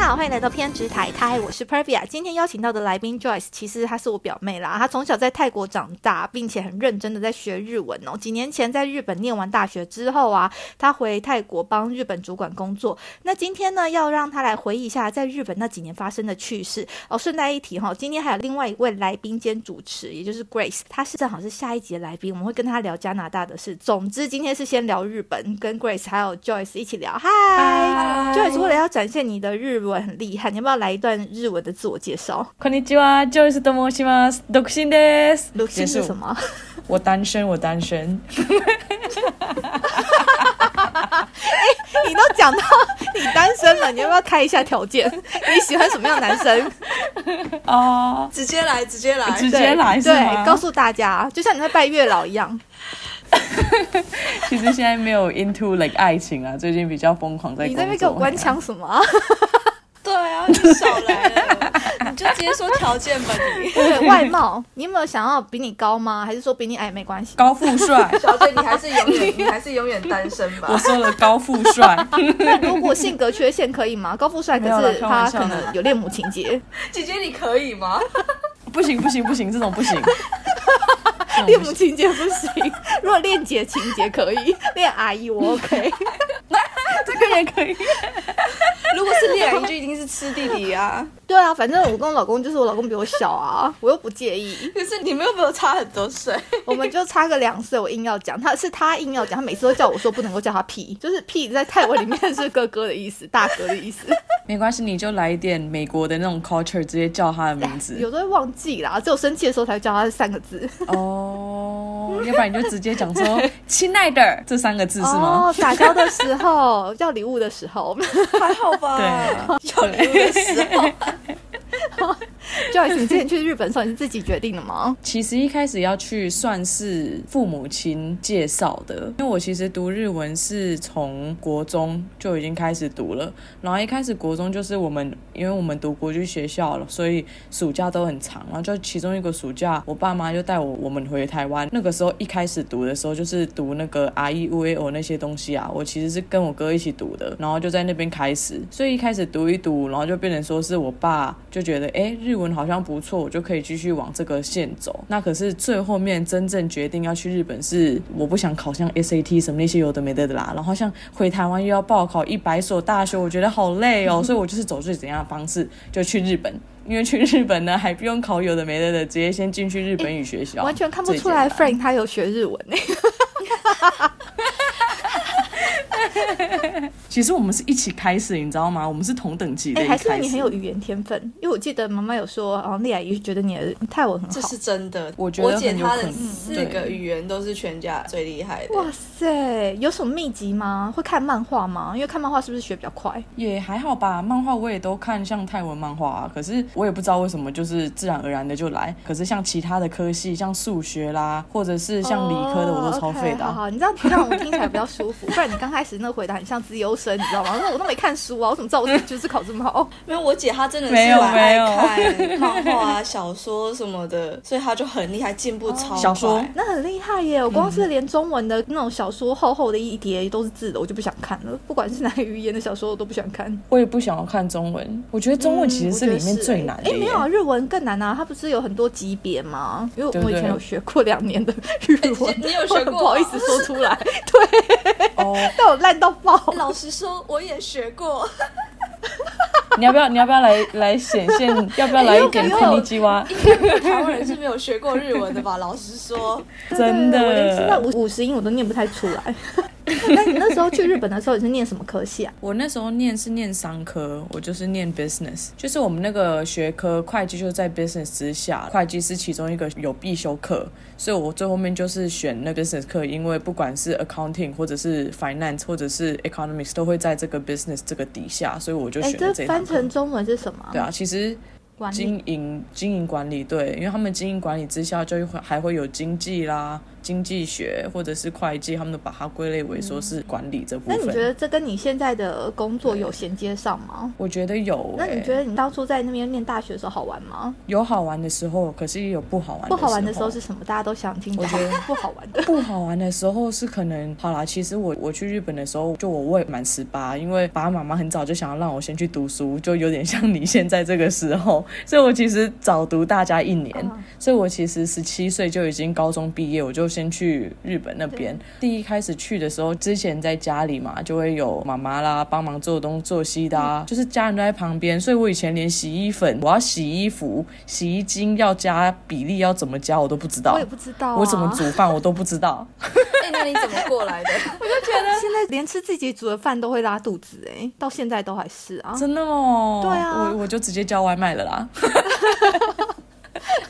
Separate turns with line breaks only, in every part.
好，欢迎来到偏执台台，我是 Pervia。今天邀请到的来宾 Joyce，其实她是我表妹啦。她从小在泰国长大，并且很认真的在学日文哦。几年前在日本念完大学之后啊，她回泰国帮日本主管工作。那今天呢，要让她来回忆一下在日本那几年发生的趣事哦。顺带一提哈、今天还有另外一位来宾兼主持，也就是 Grace，她是正好是下一集的来宾，我们会跟她聊加拿大的事。总之，今天是先聊日本，跟 Grace 还有 Joyce 一起聊。嗨
嗨
，Joyce，为了要展现你的日文很厉害，你要不要来一段日文的自我介绍？
こんにちは、ジョイスと申します。独身です。
鲁迅是什？么？
我单身，我单身。
你都讲到你单身了，你要不要开一下条件？你喜欢什么样的男生？
哦，
直接来，直接来。
直接来是
哎对
吗
对，告诉大家，就像你在拜月老一样。
其实现在没有 into like 爱情啊，最近比较疯 狂在
你在
工
那
作。
边给我关腔什么 啊？
对啊，你少来了，你就直接说条件吧，你。，
对外貌，你有没有想要比你高吗？还是说比你矮没关 系？
高富帅
小姐，你还是永远，你还是永远单身吧
我说了高富帅，
那如果性格缺陷可以吗？高富帅可
没有啦
是
开
他
玩笑
可
的
能有恋母情 节，
姐姐，你可以吗？
不行不行不行，这种不 行。这
恋
种不
母
行
情节不行。 如果恋姐情节可以，恋阿姨我 OK。
这个也可以。
如果是恋人，就一定是吃弟弟啊。
对啊，反正我跟我老公就是我老公比我小啊，我又不介意。
可是你们又没有差很多岁，
我们就差个两岁，我硬要讲，他是他硬要讲，他每次都叫我说不能够叫他屁，就是屁在泰文里面是哥哥的意思，大哥的意思。
没关系，你就来一点美国的那种 culture，直接叫他的名字。
有的会忘记啦，只有生气的时候才会叫他三个字。
哦，要不然你就直接讲说“亲爱的”这三个字是吗？
哦，打交的时候， 要礼物的时候
还好吧？
对
有礼物的时候，
，Joyce，你之前去日本的时候，你是自己决定的吗？
其实一开始要去算是父母亲介绍的，因为我其实读日文是从国中就已经开始读了，然后一开始国中就是我们，因为我们读国际学校了，所以暑假都很长，然后就其中一个暑假，我爸妈就带我我们回台湾，那个时候一开始读的时候就是读那个 R E U A O 那些东西啊，我其实是跟我哥一起读的，然后就在那边开始，所以一开始读一读，然后就变成说是我爸就觉得诶日文好像不错，我就可以继续往这个线走。那可是最后面真正决定要去日本是我不想考像 SAT 什么那些有的没的的啦，然后像回台湾又要报考一百所大学，我觉得好累 哦，所以我就是走最怎样的方式就去日本。因为去日本呢，还不用考有的没的的，直接先进去日本语学校，
完全看不
哦最
出来
简单
，Frank 他有学日 文哎诶、
其实我们是一起开始，你知道吗？我们是同等级的
哎、
一
还
开
是
始。
因为你很有语言天分，因为我记得妈妈有说，哦，丽阿姨觉得你的泰文很
这
好。
是真的。
我觉得
姐
很有
她
可
的
能
四
对
个语言都是全家最厉害的。
哇塞，有什么秘籍吗？会看漫画吗？因为看漫画是不是学比较快？
也还好吧，漫画我也都看，像泰文漫画啊。可是我也不知道为什么，就是自然而然的就来。可是像其他的科系，像数学啦，或者是像理科的，我都超废
哦，OK，
的、
好
啊。
好，你这样让我听起来比较舒服，不然你刚开始那回答很像资优生，你知道吗？我说我都没看书啊，我怎么知道我就是考这么好？
没有，我姐她真的是
没有
蛮
没
爱
有
看漫画啊、小说什么的，所以她就很厉害，进步超快。
小说
那很厉害
嗯
耶！我光是连中文的那种小说厚厚的一叠都是字的，我就不想看了。不管是哪个语言的小说，我都不喜欢 看。
我也不想要看中文，我觉得中文其实是里面最难的
哎、诶没
耶。嗯
有啊，日文更难啊！它不是有很多级别吗？因为
对
我以前有学过两年的日文，
你 有
我很
学过啊
不好意思说出 来。对，
哦，
但我烂到爆。
老实说，我也学过。
你要不要？你要不要来来显现？要不要来一点
哎呦
困尼基哇？
台湾人是没有学过日文的吧？老实说，
真
对我连现在
的。
五五十音我都念不太出来。 那你那时候去日本的时候，你是念什么科系啊？
我那时候念是念商科，我就是念 business，就是我们那个学科会计就在 business 之下，会计是其中一个有必修课，所以我最后面就是选那 business 课，因为不管是 accounting 或者是 finance 或者是 economics 都会在这个 business 这个底下，所以 我就
哎、
选了
这
这一堂
翻
课
成。中文是什么啊？
对啊，其实
管理
经营经营管理对，因为他们经营管理之下就会还会有经济啦、经济学或者是会计，他们都把它归类为说是管理这部
那
分。
你觉得这跟你现在的工作有衔接上吗？
我觉得有、欸，
那你觉得你当初在那边念大学的时候好玩吗？
有好玩的时候，可是也有不好玩的
不好玩的时候是什么？大家都想听
我
讲
觉得
不好玩的。
不好玩的时候是可能好啦。其实我我去日本的时候，就我未满十八，因为爸爸妈妈很早就想要让我先去读书，就有点像你现在这个时候， 所以我其实早读大家一年，
嗯
所以我其实十七岁就已经高中毕业，我就先去日本那边。第一开始去的时候，之前在家里嘛，就会有妈妈啦帮忙做东做西的、
嗯
啊，就是家人都在旁边，所以我以前连洗衣粉，我要洗衣服，洗衣精要加比例要怎么加，我都不知道
我也。不知道、啊，
我怎么煮饭我都不知道，
哎，那你怎么过 来的？
觉得现在连吃自己煮的饭都会拉肚子哎、到现在都还是啊。
真的哦。
对啊
我我就直接叫外卖了啦。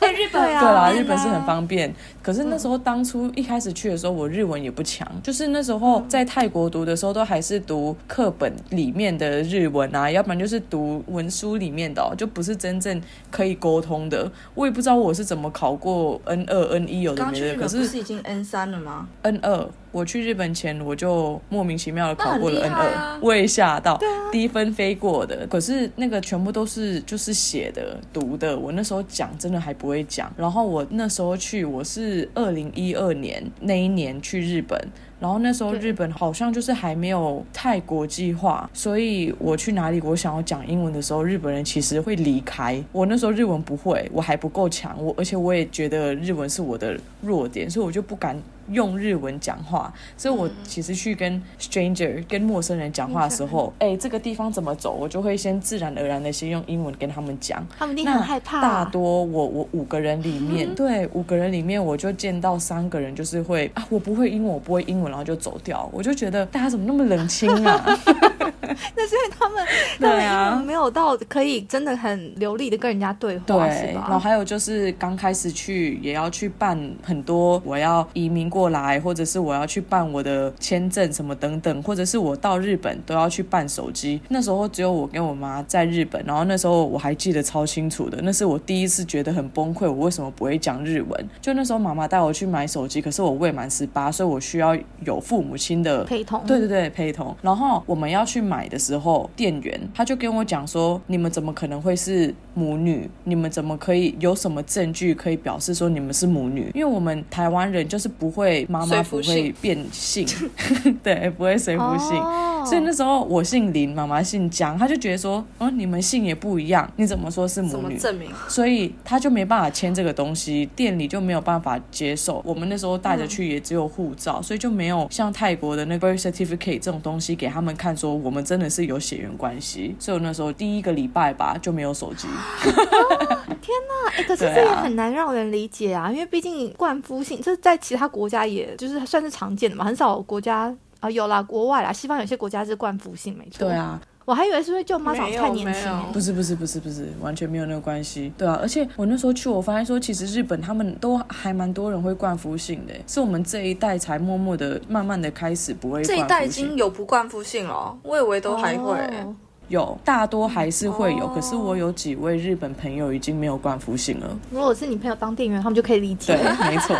哎，日本
对啊方
对啦，
便
日本是很方便。可是那时候当初一开始去的时候，我日文也不强，就是那时候在泰国读的时候，都还是读课本里面的日文啊，要不然就是读文书里面的、哦，就不是真正可以沟通的。我也不知道我是怎么考过 N 二、N 一有的
刚
没
去
的，
日
可
本不
是
是已经 N 三了吗？
N 二，我去日本前我就莫名其妙的考过了
那
N
很厉
二、
害啊
我也吓到，低分飞过的。可是那个全部都是就是写的、读的，我那时候讲真的还不会讲。然后我那时候去，我是二零一二年那一年去日本。然后那时候
对
日本好像就是还没有太国际化，所以我去哪里我想要讲英文的时候，日本人其实会离开。我那时候日文不会，我还不够强，我而且我也觉得日文是我的弱点，所以我就不敢用日文讲话。所以
嗯
我其实去跟 stranger 跟陌生人讲话的时候，哎、这个地方怎么走，我就会先自然而然的先用英文跟他们讲。
他们一定
那
很害怕、啊嗯
大多我我五个人里面，对五个人里面，我就见到三个人就是会啊，我不会英文，我不会英文，然后就走掉。我就觉得大家怎么那么冷清啊？
那是因为他们他
对
们
啊
英文没有到可以真的很流利的跟人家对话，
对，
是
然后
吧？
还有就是刚开始去也要去办很多，我要移民过来，或者是我要去办我的签证什么等等，或者是我到日本都要去办手机。那时候只有我跟我妈在日本，然后那时候我还记得超清楚的，那是我第一次觉得很崩溃，我为什么不会讲日文？就那时候妈妈带我去买手机，可是我未满十八，所以我需要有父母亲的
陪同
对对对，陪同。然后我们要去买的时候，店员他就跟我讲说：“你们怎么可能会是母女？你们怎么可以有什么证据可以表示说你们是母女？因为我们台湾人就是不会妈妈
随
不
父
会
姓
变性，对，不会随服姓。
哦
所以那时候我姓林，妈妈姓江，他就觉得说，哦，你们姓也不一样，你怎么说是母
怎么
女？
证明？
所以他就没办法签这个东西，店里就没有办法接受。我们那时候带着去也只有护照，所以就没有像泰国的那个 birth certificate 这种东西给他们看，说我们真的是有血缘关系。所以我那时候第一个礼拜吧就没有手机，
哎可是
对啊
这也很难让人理解啊，因为毕竟冠夫姓这在其他国家也就是算是常见的嘛，很少有国家。啊，有啦，国外啦，西方有些国家是冠夫姓，没错。
对，啊，
我还以为是因为舅妈长得太年轻
没有没
了
有。
不是不是不是不是，完全没有那个关系，对啊。而且我那时候去，我发现说，其实日本他们都还蛮多人会冠夫姓的，是我们这一代才默默的、慢慢的开始不会
这一代
冠
已
夫姓
经有不冠夫姓了哦，我以为都还会。
哦
有，大多还是会有。
哦
可是我有几位日本朋友已经没有冠夫姓了。
如果是你朋友当店员，他们就可以理解
对。，没错，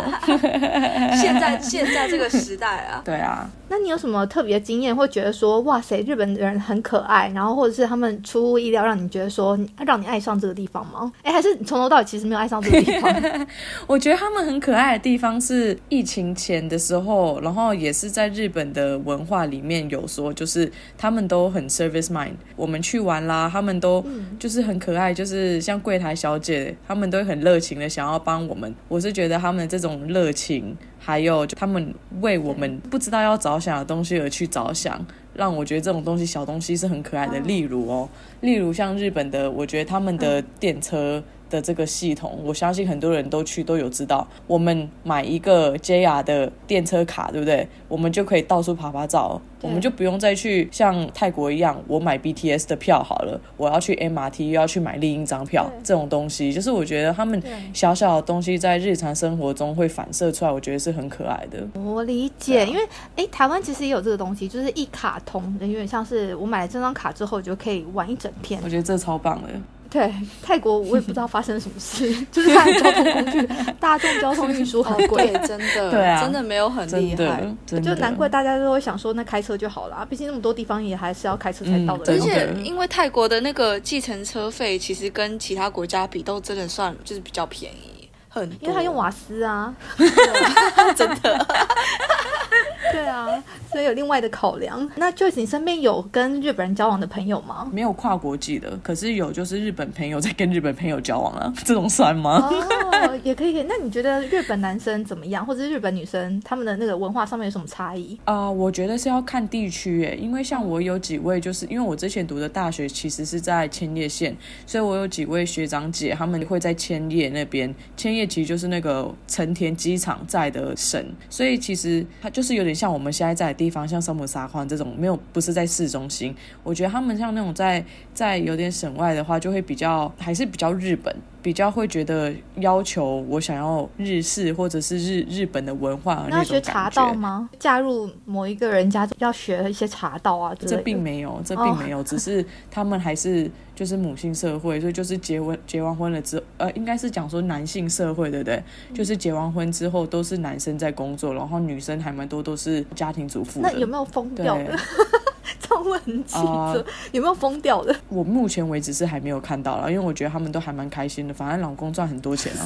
现在现在这个时代 啊，
对啊。
那你有什么特别的经验，会觉得说，哇塞，日本人很可爱，然后或者是他们出乎意料，让你觉得说，让你爱上这个地方吗？哎，还是你从头到尾其实没有爱上这个地方？
我觉得他们很可爱的地方是疫情前的时候，然后也是在日本的文化里面有说，就是他们都很 service mind。我们去玩啦，他们都就是很可爱，就是像柜台小姐，他们都很热情的想要帮我们。我是觉得他们这种热情，还有就他们为我们不知道要着想的东西而去着想。让我觉得这种东西小东西是很可爱的，例如哦，例如像日本的，我觉得他们的电车的这个系统，我相信很多人都去都有知道。我们买一个 JR 的电车卡，对不对？我们就可以到处爬爬照，我
对
们就不用再去像泰国一样，我买 BTS 的票好了，我要去 MRT 又要去买另一张票，
对
这种东西，就是我觉得他们
对
小小的东西在日常生活中会反射出来，我觉得是很可爱的。
我理
啊
解，因为哎，台湾其实也有这个东西，就是一卡通，有点像是我买了这张卡之后，就可以玩一整天
我。觉得这超棒的，
对，泰国我也不知道发生了什么事， 就是它的交通工具，大众交通运输
哦
很，贵
对，，真的，
对啊
真的没有很厉
真
害。
的，真
就
的
难怪大家都会想说，那开车就好了，啊毕竟那么多地方也还是要开车才到
嗯
的
真
而
那
的
种。
且因为泰国的那个计程车费，其实跟其他国家比，都真的算就是比较便宜很多。
因为他用瓦斯啊，
真的，
对啊，所以有另外的考量。那 Joyce，你身边有跟日本人交往的朋友吗？
没有跨国际的，可是有就是日本朋友在跟日本朋友交往啊，这种算吗？
哦，也可以。可以那你觉得日本男生怎么样，或者是日本女生他们的那个文化上面有什么差异？
啊、我觉得是要看地区诶，因为像我有几位，就是因为我之前读的大学其实是在千叶县，所以我有几位学长姐，他们会在千叶那边。千叶其实就是那个成田机场在的省，所以其实它就是有点像我们现在在的地方，像圣母沙宽这种，没有不是在市中心。我觉得他们像那种在在有点省外的话，就会比较还是比较日本，比较会觉得要求我想要日式或者是日日本的文化
那要
那种
学
感觉。
茶道吗？嫁入某一个人家要学一些茶道啊之类
这
的。
并没有，这
哦
并没有，只是他们还是就是母性社会，所以就是结婚结完婚了之后，呃，应该是讲说男性社会，对不对？就是结完婚之后都是男生在工作，然后女生还蛮多都是家庭主妇
那有
的。
没有疯
对
掉，的？这样问很记
啊
者、有没有疯掉 的？
我目前为止是还没有看到啦，因为我觉得他们都还蛮开心的，反正老公赚很多钱啊。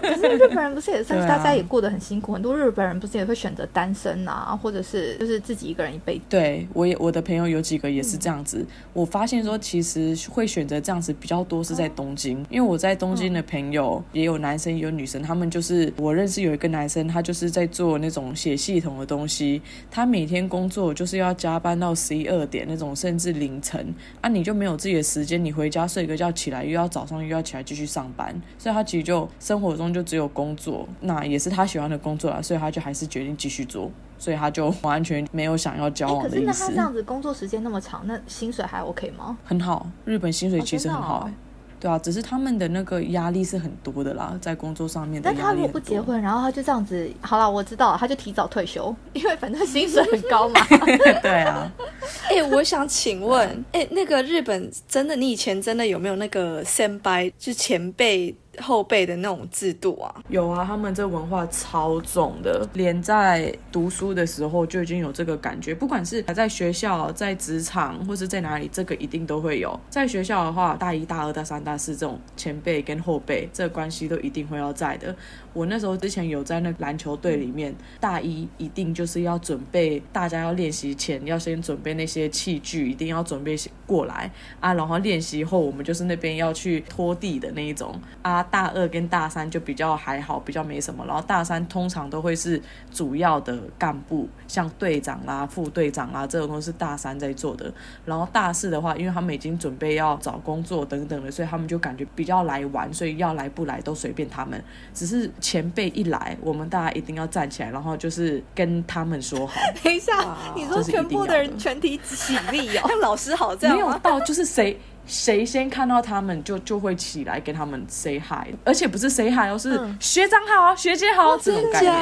可是日本人不是也算是
对啊
大家也过得很辛苦，很多日本人不是也会选择单身啊，或者是就是自己一个人一辈子。
对我也我的朋友有几个也是这样子，我发现说其实会选择这样子比较多是在东京，因为我在东
嗯
京的朋友也有男生也有女生，他们就是我认识有一个男生，他就是在做那种写系统的东西，他每天工作就是要加班到十一二点那种，甚至凌晨啊，你就没有自己的时间，你回家睡个觉起来又要早上又要起来继续上班，所以他其实就生活中就只有工作，那也是他喜欢的工作啦，所以他就还是决定继续做。所以他就完全没有想要交
哎、
往
可
的
是
意
那他
思
这。样子工作时间那么长，那薪水还 OK 吗？
很好，日本薪水
哦
其实
真
很
的
好、
哦
欸对啊，只是他们的那个压力是很多的啦，在工作上面的
但
压
他
力
如
很
果
多
不结，婚，然后他就这样子，好了，我知道了，他就提早退休，因为反正薪水很高嘛。
对啊，
哎、我想请问，哎、那个日本真的，你以前真的有没有那个 senpai，就是前辈后辈的那种制度啊？
有啊，他们这文化超重的，连在读书的时候就已经有这个感觉，不管是在学校、在职场或是在哪里，这个一定都会有。在学校的话，大一、大二、大三、大四这种前辈跟后辈这个关系都一定会要在的。我那时候之前有在那个篮球队里面，大一一定就是要准备，大家要练习前要先准备那些器具，一定要准备过来啊。然后练习后，我们就是那边要去拖地的那一种啊。大二跟大三就比较还好，比较没什么。然后大三通常都会是主要的干部，像队长啦、副队长啦，这种都是大三在做的。然后大四的话，因为他们已经准备要找工作等等的，所以他们就感觉比较来玩，所以要来不来都随便他们。只是前辈一来，我们大家一定要站起来，然后就是跟他们说好，
等一下
哇，
你说
这是一
全部的
定要
人
的
全体起立 哦
那。老师好这样
没有
吗？
到就是谁。谁先看到他们就就会起来跟他们 say hi，而且不是 say hi，哦，是
嗯
学长好、学姐好这种
哦真
概念，
假？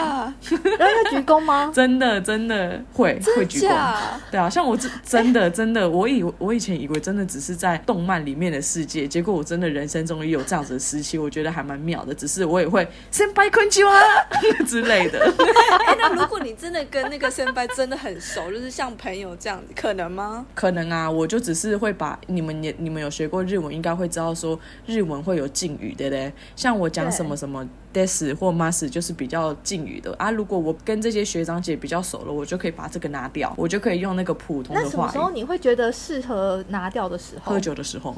然后要鞠躬吗？
真的真的会会
真
鞠躬，
假？
对啊，像我这真的真的，我以我以前以为真的只是在动漫里面的世界，结果我真的人生中也有这样子的时期，我觉得还蛮妙的，只是我也会先拜困球啊 之类的，
哎、那如果你真的跟那个先輩真的很熟， 就是像朋友这样子，可能吗？
可能啊，我就只是会把你们也你们有学过日文，应该会知道说日文会有敬语，对不对？像我讲
对
什么什么 des 或 mas 就是比较敬语的啊。如果我跟这些学长姐比较熟了，我就可以把这个拿掉，我就可以用那个普通
那
的
什么
话
时候
语。
你会觉得适合拿掉的时候？
喝酒的时候，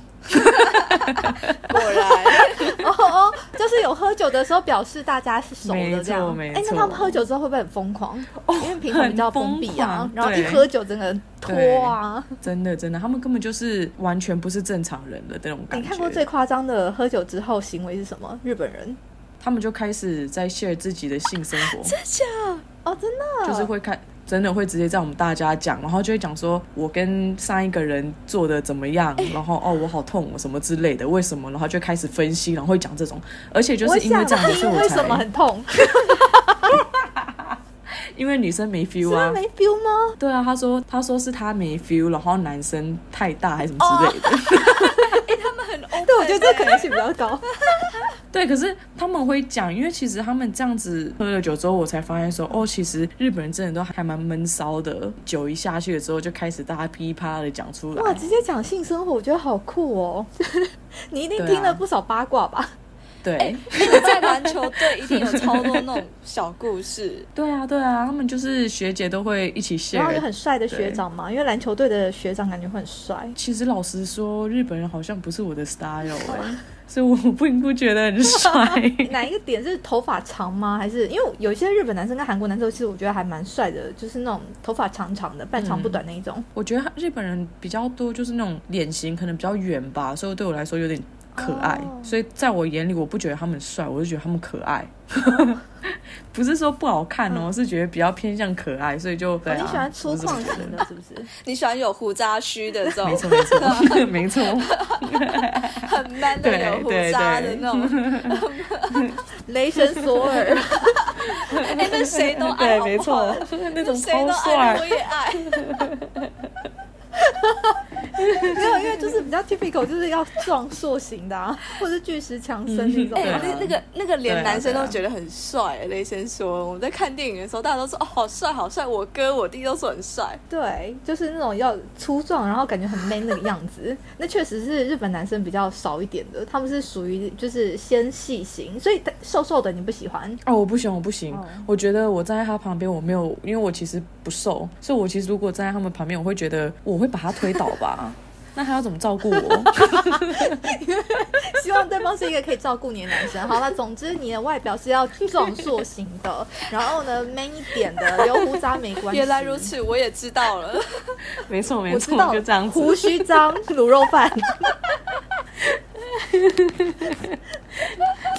果然，
哦哦，就是有喝酒的时候表示大家是熟的这样。
没错没
哎，那
错哦
他们喝酒之后会不会很疯狂？因为平常比较封闭啊
很疯狂，
然后一
对
喝酒整个人脱啊。
真的真的，他们根本就是完全不是正常人的那种感
你
觉。
看过最夸张的喝酒之后行为是什么？日本人
他们就开始在 share 自己的性生活，
哦，真的
就是会看，真的会直接在我们大家讲，然后就会讲说我跟上一个人做的怎么样，
哎
然后哦我好痛我什么之类的，为什么？然后就开始分析，然后会讲这种，而且就
我
是因为
想
这样子，
听
所以我
为什么
才
很痛？
因为女生没 feel
真
啊
的。没 feel 吗？
对啊，他说他说是他没 feel，然后男生太大还是什么之类
哦
的。
很 open，
对，我觉得这可能性比较高。
对，可是他们会讲，因为其实他们这样子喝了酒之后，我才发现说，哦，其实日本人真的都还蛮闷骚的。酒一下去了之后，就开始大家噼里啪啦的讲出来。
哇，直接讲性生活，我觉得好酷哦！ 你一定
对啊
听了不少八卦吧？
对、
哎
那个在篮球队一定有超多那种小故事。
对啊，对啊，他们就是学姐都会一起
然后有
share
很。帅的学长嘛，因为篮球队的学长感觉会很 帅。
其实老实说，日本人好像不是我的 style 哎、 所以我并不觉得很帅。
哪一个点是头发长吗？还是因为有一些日本男生跟韩国男生，其实我觉得还蛮帅的，就是那种头发长长的、半长不短那一种。
我觉得日本人比较多，就是那种脸型可能比较圆吧，所以对我来说有点可爱。
哦
所以在我眼里，我不觉得他们帅，我就觉得他们可 爱。不是说不好看哦，是觉得比较偏向可爱，所以就对、
哦
啊、
你喜欢粗犷型的，是不是？
你喜欢有胡渣须的这
没
种，
错没错没 错，
很 man 的有胡渣的那种，
雷神索 尔，
哎，那谁都爱，
对
好
没
不好
错？，那种
谁
超
都爱，我
帅。
也爱。
没有，因为就是比较 typical，就是要壮硕型的、啊，或是巨石强森那种
哎、
对啊
啊。
那那个那个
对啊
连男生
对啊
都觉得很帅、雷神说，我们在看电影的时候，大家都说哦，好帅，好帅。我哥、我弟都说很帅。
对，就是那种要粗壮，然后感觉很 man 那个样子。 那确实是日本男生比较少一点的，他们是属于就是纤细型，所以瘦瘦的你不喜欢。
哦，我不行，我不行。
哦
我觉得我站在他旁边，我没有，因为我其实不瘦，所以我其实如果站在他们旁边，我会觉得我会把他推倒 吧。那他要怎么照顾我？
希望对方是一个可以照顾你的男生。好了，总之你的外表是要壮硕型的，然后呢 man 一点的，留胡渣没关系。
原来如，此，我也知道了。
没错，没
我
错
知，道
就这样子。
胡须脏，卤肉 饭。
哦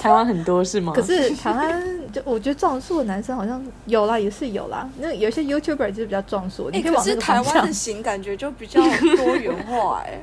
台湾很多是吗？
可是台湾就我觉得壮硕的男生好像有啦，也是有啦。那有些 YouTuber 就是比较壮硕，
哎、
你可以
可
往
是
那个
台
方
湾
向
的。型感觉就比较多元化、哎，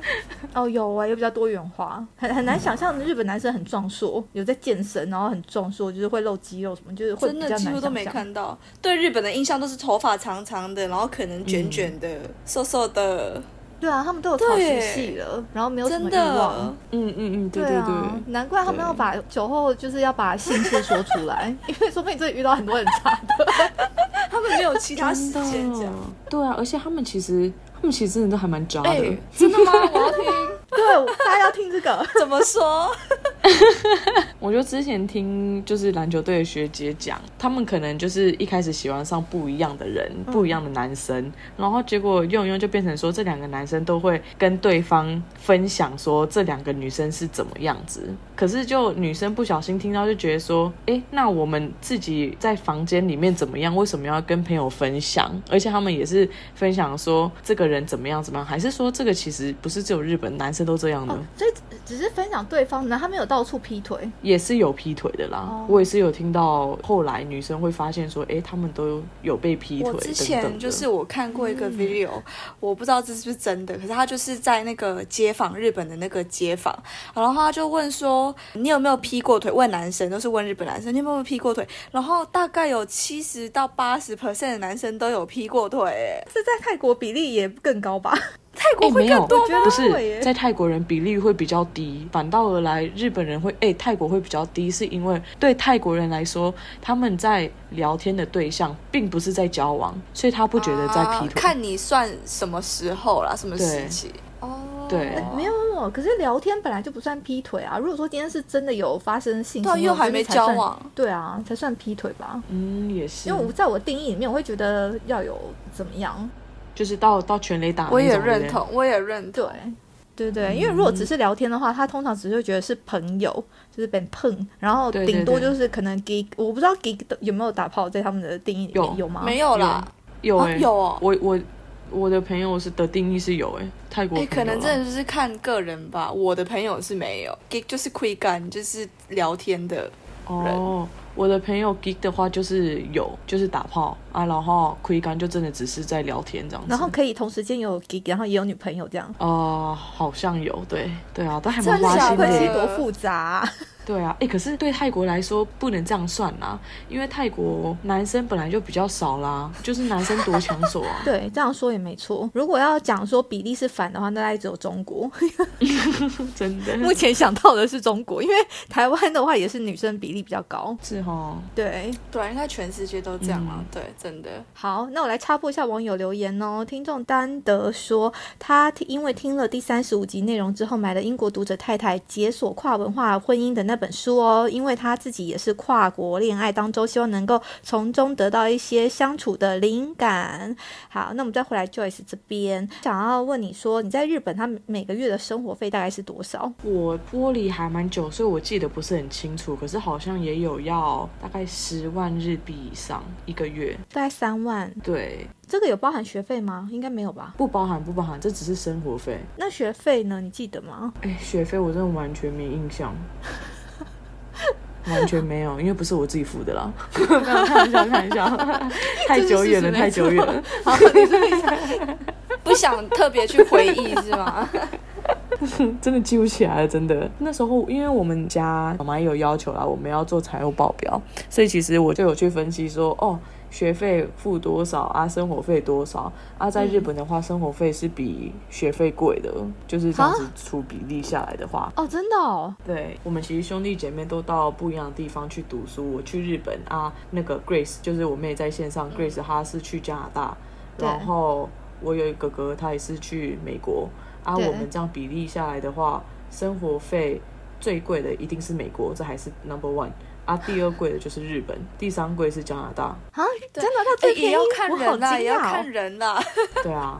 哦，有啊，有比较多元化，很很难想象日本男生很壮硕，有在健身，然后很壮硕，就是会露肌肉什么，就是会
真
比
的
较难
几
想
乎
象。
都没看到。对日本的印象都是头发长长的，然后可能卷卷的、瘦瘦的，
对啊，他们都有草食
对
系了，然后没有什
真
么欲望
的。。
嗯嗯嗯，对对
啊，难怪他们要把酒后就是要把姓氏说出来， 因为说不定真的遇到很多很差的。
他们没有其他时
真的
间讲。
对啊，而且他们其实，他们其实真的都还蛮渣的。
哎、真的吗？我要 听。
对，大家要听这个。
怎么说？
我就之前听就是篮球队的学姐讲，他们可能就是一开始喜欢上不一样的人，不一样的男生，然后结果用一用就变成说这两个男生都会跟对方分享说这两个女生是怎么样子。可是就女生不小心听到就觉得说，诶，那我们自己在房间里面怎么样？为什么要跟朋友分享？而且他们也是分享说这个人怎么样怎么样，还是说这个其实不是只有日本男生都这样的？
哦，所以只只是分享对方，然后他们有到处劈腿，
也是有劈腿的啦。
哦
我也是有听到后来女生会发现说，诶，他们都有被劈腿
我
等等
之
的。
前就是我看过一个 video，、我不知道这是不是真的，可是他就是在那个街访日本的那个街访，然后他就问说你有没有劈过腿？问男生都是问日本男生，你有没有劈过腿？然后大概有七十到八十 percent 的男生都有劈过腿、哎
这在泰国比例也更高吧？
泰国
诶
会
没
更
有
多啊吗？
不
会耶
是在泰国人比例会比较低，反倒而来日本人会诶，泰国会比较低，是因为对泰国人来说，他们在聊天的对象并不是在交往，所以他不觉得在劈
啊
腿。
看你算什么时候啦，什么时
对
期？哦，
对
没有没有，可是聊天本来就不算劈腿啊。如果说今天是真的有发生性
对啊
行为，
又还没
就是才算
交往，
对啊，才算劈腿吧。
嗯，也是，
因为我在我定义里面，我会觉得要有怎么样，
就是到到全垒打那种，
我也
对不对
认。同，我也认同
对。，对对，因为如果只是聊天的话，他通常只是会觉得是朋友，就是被碰，然后
对对
顶多
对
就是可能 gig，我不知道 gig 的有没有打炮在他们的定义里面
有
吗？
没有啦，
有
啊
诶，
有哦
我我我的朋友是的定义是有诶，泰国朋
哎、
友啊
可能
啦
真的就是看个人吧。我的朋友是没有，gig 就是窥干，就是聊天的。
哦，我的朋友 geek 的话就是有，就是打炮啊，然后窥干就真的只是在聊天这样子。
然后可以同时间有 gig，然后也有女朋友这样。
呃，好像有，对对啊，都还
真
蛮
的
花
假
心
的
关系
的。
多复杂啊、。
对啊，哎，可是对泰国来说不能这样算啊，因为泰国男生本来就比较少啦，就是男生多抢手啊
对，这样说也没错。如果要讲说比例是反的话，那大概只有中国。
真的
目前想到的是中国，因为台湾的话也是女生比例比较高。
是哦，
对，
对啊，应该全世界都这样啊了、
嗯
对，真的。
好，那我来插播一下网友留言哦。听众丹德说，他听因为听了第三十五集内容之后，买了英国读者太太解锁跨文化婚姻的那本书哦，因为他自己也是跨国恋爱当中，希望能够从中得到一些相处的灵感。好，那我们再回来 Joyce 这边，想要问你说，你在日本，他每个月的生活费大概是多少？
我玻璃还蛮久，所以我记得不是很清楚，可是好像也有要大概十万日币以上一个月。
大概三万，
对，
这个有包含学费吗？应该没有吧？
不包含不包含，这只是生活费。
那学费呢？你记得吗？
哎，学费我真的完全没印象，完全没有，因为不是我自己付的啦。 没有看一下看一下，太久远了，太久远了。
好，你说一下，不想特别去回忆是 吗？
真的记不起来了，真的。那时候因为我们家妈妈也有要求啦，我们要做财务报表，所以其实我就有去分析说，哦，学费付多少啊，生活费多少啊。在日本的话，生活费是比学费贵的，就是这样子除比例下来的话。
哦，真的哦，
对我们其实兄弟姐妹都到不一样的地方去读书。我去日本啊，那个 Grace 就是我妹在线上、g r a c e 她是去加拿大，
嗯对
然后我有一个哥哥，他也是去美国。啊，
对
我们这样比例下来的话，生活费最贵的一定是美国，这还是 number one。啊，第二贵的就是日 本，第三贵是加拿大。
啊，加拿大
哎
最便
也
宜，
要看
我好
人
惊
啦，也要
讶
看
哦。
人啦，
对啊，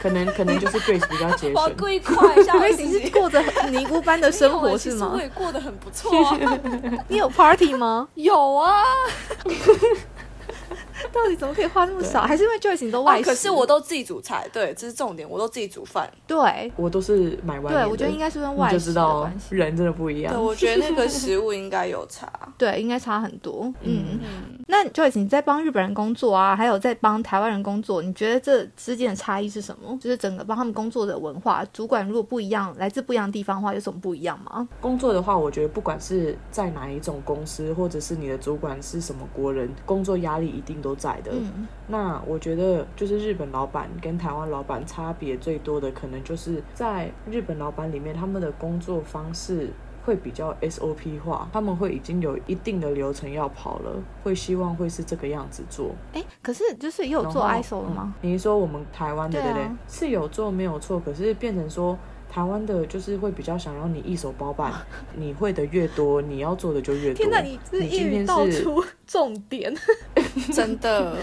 可能可能就是 Grace 比较节
我要
省。
故意夸一下 我自
你
己
是。过着尼姑般的 生
没有
活
欸其
是
实
吗
我？也过得很不错 啊，
你有 party 吗？
有啊，
到底怎么可以花那么少？哦还是因为 Joyce 你都外
啊
食？
可是我都自己煮菜，对，这是重点，我都自己煮饭。
对
我都是买外面的，
对，我觉得应该是跟
你
外
就
食
知
的
道
关系，
人真的不一样
对，。我觉得那个食物应该有 差。
对，应该差很多。嗯，那 Joyce 你在帮日本人工作啊，还有在帮台湾人工作，你觉得这之间的差异是什么？就是整个帮他们工作的文化，主管如果不一样，来自不一样的地方的话，有什么不一样吗？
工作的话，我觉得不管是在哪一种公司，或者是你的主管是什么国人，工作压力一定都在的。
嗯，
那我觉得就是日本老板跟台湾老板差别最多的，可能就是在日本老板里面，他们的工作方式。会比较 SOP 化，他们会已经有一定的流程要跑了，会希望会是这个样子做。
哎，可是就是也有做
然后
ISO 的吗？
嗯你是说我们台湾的
对
对
啊
不对？是有做没有错，可是变成说台湾的就是会比较想让你一手 包办，你会的越多，你要做的就越多。
天哪，你这一
今
语
天
道
是
出 重点。
真的，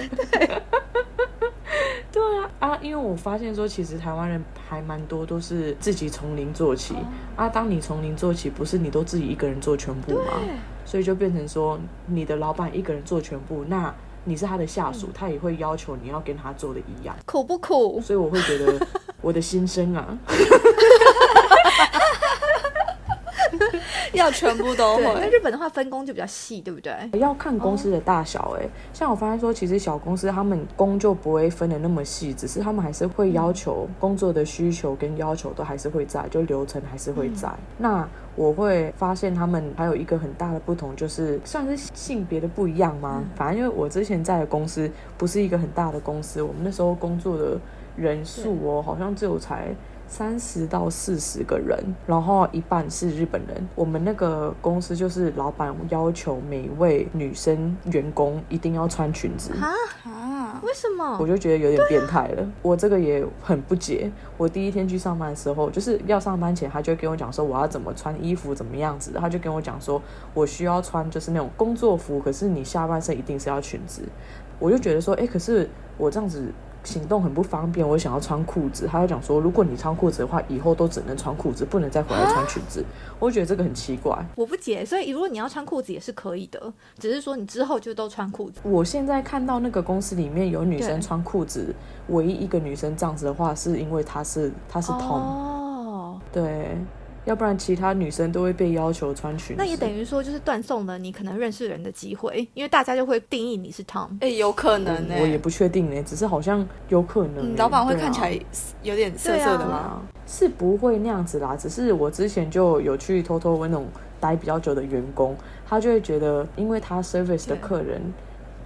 对啊啊！因为我发现说，其实台湾人还蛮多都是自己从零做起、
哦
啊。当你从零做起，不是你都自己一个人做全部吗？所以就变成说，你的老板一个人做全部，那你是他的下
嗯
属，他也会要求你要跟他做的一样。
苦不苦？
所以我会觉得我的心声啊，
要全部都
对，那
会。
日本的话分工就比较细，对不对？
要看公司的大小哎、像我发现说，其实小公司他们工就不会分的那么细，只是他们还是会要求工作的需求跟要求都还是会在，就流程还是会在。那我会发现他们还有一个很大的不同，就是算是性别的不一样吗？反正因为我之前在的公司不是一个很大的公司，我们那时候工作的人数哦，好像只有才三十到四十个人，然后一半是日本人。我们那个公司就是老板要求每一位女生员工一定要穿裙子。
啊？
啊，
为什么
我？就觉得有点变态了，我这个也很不解。我第一天去上班的时候，就是要上班前，他就跟我讲说我要怎么穿衣服，怎么样子。他就跟我讲说，我需要穿就是那种工作服，可是你下半身一定是要裙子。我就觉得说，哎、可是我这样子行动很不方便，我想要穿裤子。他就讲说，如果你穿裤子的话，以后都只能穿裤子，不能再回来穿裙子。我就觉得这个很奇怪。
我不解，所以如果你要穿裤子也是可以的，只是说你之后就都穿裤子。
我现在看到那个公司里面有女
对
生穿裤子，唯一一个女生这样子的话，是因为她是她是 Tom，、
哦，
对，要不然其他女生都会被要求穿裙子。
那也等于说就是断送了你可能认识人的机会，因为大家就会定义你是 Tom。
哎、有可能
嗯
呢、
我也不确定呢、只是好像有可能欸、
嗯，老板会
对啊
看起来有点涩涩的
对
吗？
啊，是不会那样子啦，只是我之前就有去偷偷问那种待比较久的员工，他就会觉得，因为他 service 的
对
客人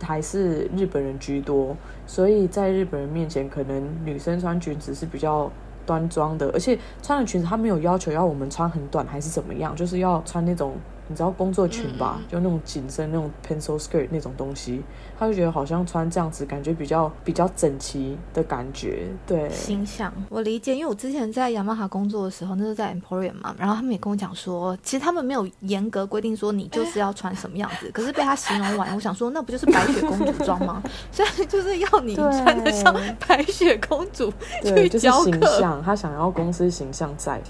还是日本人居多，所以在日本人面前，可能女生穿裙子是比较端庄的，而且穿了裙子，他没有要求要我们穿很短还是怎么样，就是要穿那种你知道工作裙吧，
嗯嗯嗯
就那种紧身那种 pencil skirt 那种东西，他就觉得好像穿这样子感觉比较比较整齐的感觉，对，
形象，我理解，因为我之前在雅马哈工作的时候，那时候在 Emporium 嘛，然后他们也跟我讲说，其实他们没有严格规定说你就是要穿什么样 子，可是被他形容完，我想说那不就是白雪公主装吗？ 所以就是要你
对
穿得像白雪公主
对，
去
就是
教
形
课。
象，他想要公司形象 在。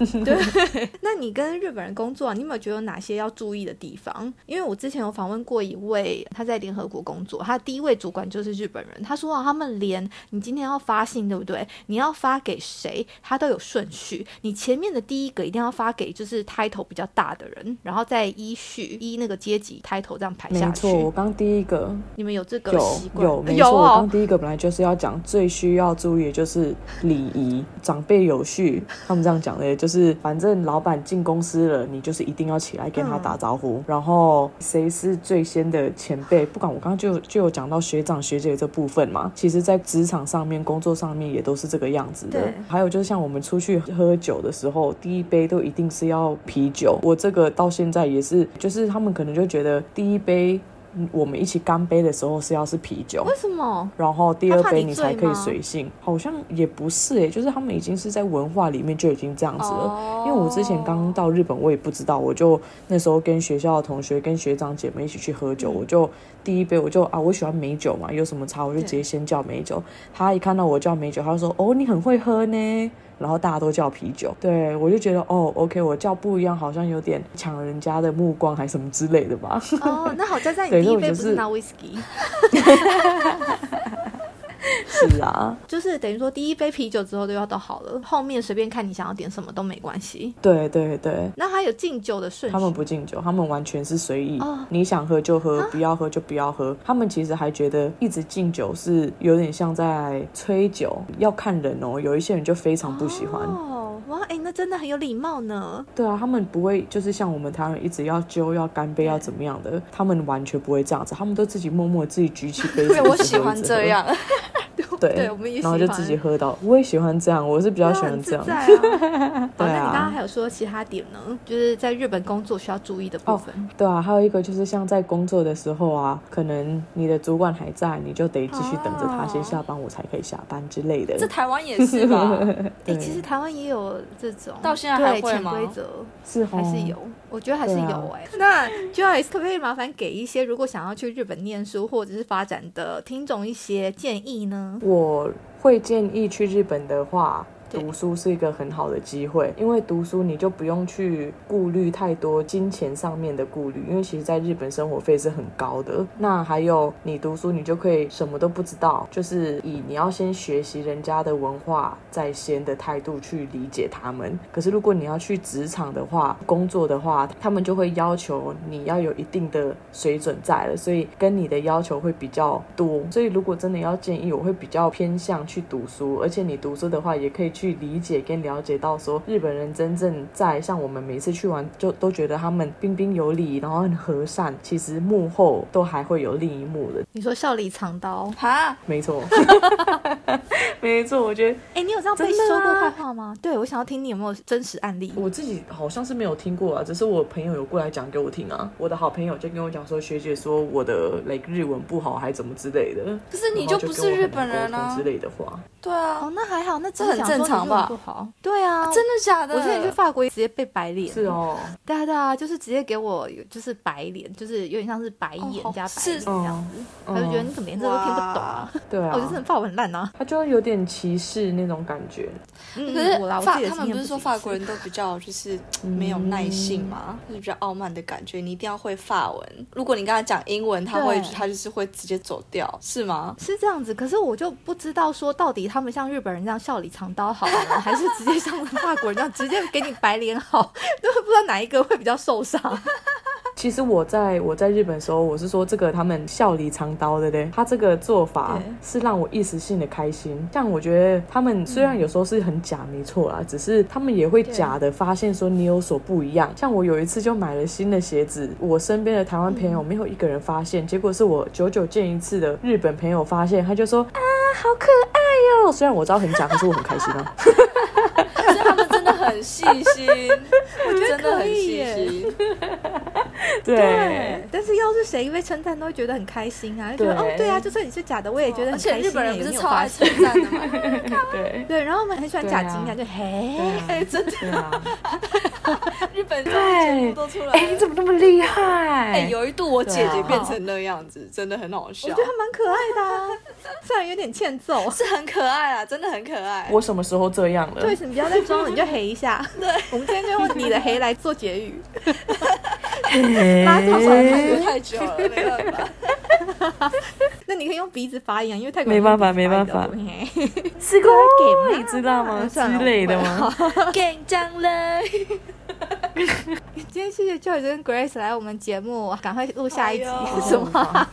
那你跟日本人工作、啊，你有没有觉得有哪些要注意的地方？因为我之前有访问过一位他在联合国工作，他第一位主管就是日本人，他说啊，他们连你今天要发信对不对？你要发给谁，他都有顺序。你前面的第一个一定要发给就是 title 比较大的人，然后再依序依那个阶级 title 这样排
没
下
错，我
去。
刚第一个
你们有这个
有
习惯？
有没错，我刚
哦。
第一个本来就是要讲最需要注意的就是礼仪，长辈有序，他们这样讲的，就是反正老板进公司了，你就是一定要起来跟他打招
嗯
呼，然后谁是最先的前辈，不管我刚刚就就有讲到学长学姐这部分嘛，其实在职场上面、工作上面也都是这个样子的
对。
还有就是像我们出去喝酒的时候，第一杯都一定是要啤酒，我这个到现在也是，就是他们可能就觉得第一杯。嗯我们一起干杯的时候是要是啤酒，
为什么？
然后第二
他怕
杯
你
你才
醉
可以
吗
随性，好像也不是诶、就是他们已经是在文化里面就已经这样子了。
哦
因为我之前刚到日本，我也不知道，我就那时候跟学校的同学、跟学长姐们一起去喝
嗯
酒，我就第一杯我就啊，我喜欢美酒嘛，有什么茶我就直接
对
先叫美酒。他一看到我叫美酒，他就说：“哦，你很会喝呢。”然后大家都叫啤酒，对我就觉得哦，OK，我叫不一样，好像有点抢人家的目光还什么之类的 吧。
哦，那好在在
对
你第
那
一
我
杯
就
不是
是
拿 whisky。
是啊，
就是等于说第一杯啤酒之后就要都好了，后面随便看你想要点什么都没关系。
对对对。
那还有敬酒的顺序，
他们不敬酒，他们完全是随意，
哦
你想喝就喝，不要喝就不要喝。他们其实还觉得一直敬酒是有点像在催酒，要看人哦。有一些人就非常不喜欢，
哦，哇，哎、那真的很有礼貌呢。
对啊，他们不会就是像我们台湾人一直要揪、要干杯、要怎么样的，他们完全不会这样子，他们都自己默默自己举起杯子。
对，我
一直喝
喜欢这。样。
对，
一直喝对，
我们也喜
然后
欢，
就自己喝到，我也喜欢这样，我是比较
那
喜欢
很
这
自
样。
在啊。好，
对
那你
啊
刚刚还有说其他点呢？就是在日本工作需要注意的部分。
对啊，还有一个就是像在工作的时候啊，可能你的主管还在，你就得继续等着他先下班，我才可以下班之类的
哦这。台湾也是吧？
哎、
对
其实台湾也有这种，
到现在还
对
会
潜
吗
规则
是
还是
哦
有，我觉得还是
对啊
有哎、那 Joyce 可不可以麻烦给一些如果想要去日本念书或者是发展的听众一些建议呢？
我会建议去日本的话。
对
读书是一个很好的机会，因为读书你就不用去顾虑太多金钱上面的顾虑，因为其实在日本生活费是很高的。那还有你读书，你就可以什么都不知道，就是以你要先学习人家的文化在先的态度去理解他们。可是如果你要去职场的话，工作的话，他们就会要求你要有一定的水准在了，所以跟你的要求会比较多。所以如果真的要建议，我会比较偏向去读书，而且你读书的话，也可以去理解跟了解到说日本人真正在像我们每次去玩就都觉得他们彬彬有礼，然后很和善，其实幕后都还会有另一幕的。
你说笑里藏刀，
哈，
没错，没错，我觉得
哎、你有这样被
真的
说
啊
过坏话吗？对，我想要听你有没有真实案例。
我自己好像是没有听过啊，只是我朋友有过来讲给我听啊。我的好朋友就跟我讲说，学姐说我的 like 日文不好，还怎么之类的。
可是你
然后就
就不
跟
是
我很
日
难
本
沟
人
通
啊
之？类的话。
对啊
哦，，那还好，那
这很正常吧
不好，对啊，
真的假的？
我之前去法国直接被白脸，
是哦，
对啊对啊，就是直接给我有就是白脸，就是有点像是白眼
哦
加白
是
脸这样子，
哦
嗯他就觉得你怎么连这都听不懂啊？
嗯对
哦
啊，
我就是很法文很烂啊。
他就有点歧视那种感觉。
嗯，
可是
我啦，我
法
自己的
他们
经验
不是说
行
法国人都比较就是没有耐性
嗯
嘛，就是比较傲慢的感觉，你一定要会法文。如果你跟他讲英文，他会
对
他就是会直接走掉，是吗？
是这样子，可是我就不知道说到底他们像日本人这样笑里藏刀好呢，还是直接 像法国人这样直接给你白脸好，都不知道哪一个会比较受伤。
其实我在我在日本的时候，我是说这个他们笑里藏刀的嘞，他这个做法
对
是让我一时性的开心。像我觉得他们虽然有时候是很假，没错啦，只是他们也会假的发现说你有所不一样。像我有一次就买了新的鞋子，我身边的台湾朋友没有一个人发现，结果是我久久见一次的日本朋友发现，他就说啊好可爱哟、虽然我知道很假，可是我很开心啊。
所以他们真的很细 心，我觉
得
真的
可
很
以
细
耶
心。
对，但是要是谁被称赞，都会觉得很开心啊，就觉得
对
哦，对啊，就算你是假的，我也觉得
哦而
很
且
开心耶。
日本人不是
有没有
超
发
爱
现
称赞的吗？
对啊
对，然后我们很喜欢假惊讶，
对
啊
就嘿，
哎，真的，
对啊，
日本综艺节目都出来
哎、你
了。
怎么那么厉害？
哎，有一度我姐姐
对啊
变成那样子，真的很好
我
笑
觉得，还蛮可爱的啊，虽然有点欠揍。
是很可爱啊，真的很可爱。
我什么时候这样了？
对，你不要再装了，你就黑一 下。对，我们今天就用你的黑来做结语。拉
我
住
想
手
太久太久了，没办 法。
那你可以用鼻子发言，因为泰国人
没办法
用鼻子发
没
言的嘿
是
哥给
你
嘛
知道吗？之
算了
类的吗？
紧张了，
今天谢谢 Joy 跟 Grace 来我们节目，赶快录下一集。
哎呦
什么啊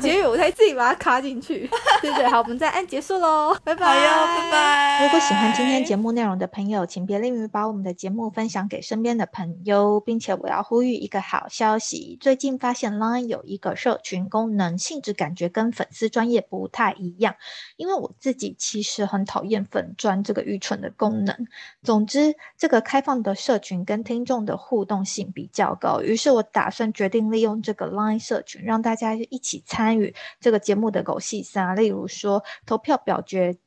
结语？我才自己把它卡进 去。对对，好，我们再按结束喽，拜拜。
好哟，拜。拜。
如果喜欢今天节目内容的朋友，请别吝于把我们的节目分享给身边的朋友，并且我要呼吁一个好消息：最近发现 Line 有一个社群功能，性质感觉跟粉丝专业不太一样。因为我自己其实很讨厌粉专这个愚蠢的功能。总之，这个开放的社群跟听众的互动性比较高，于是我打算决定利用这个 Line 社群，让大家一起参与这个节目的狗戏三，啊例如说投票表决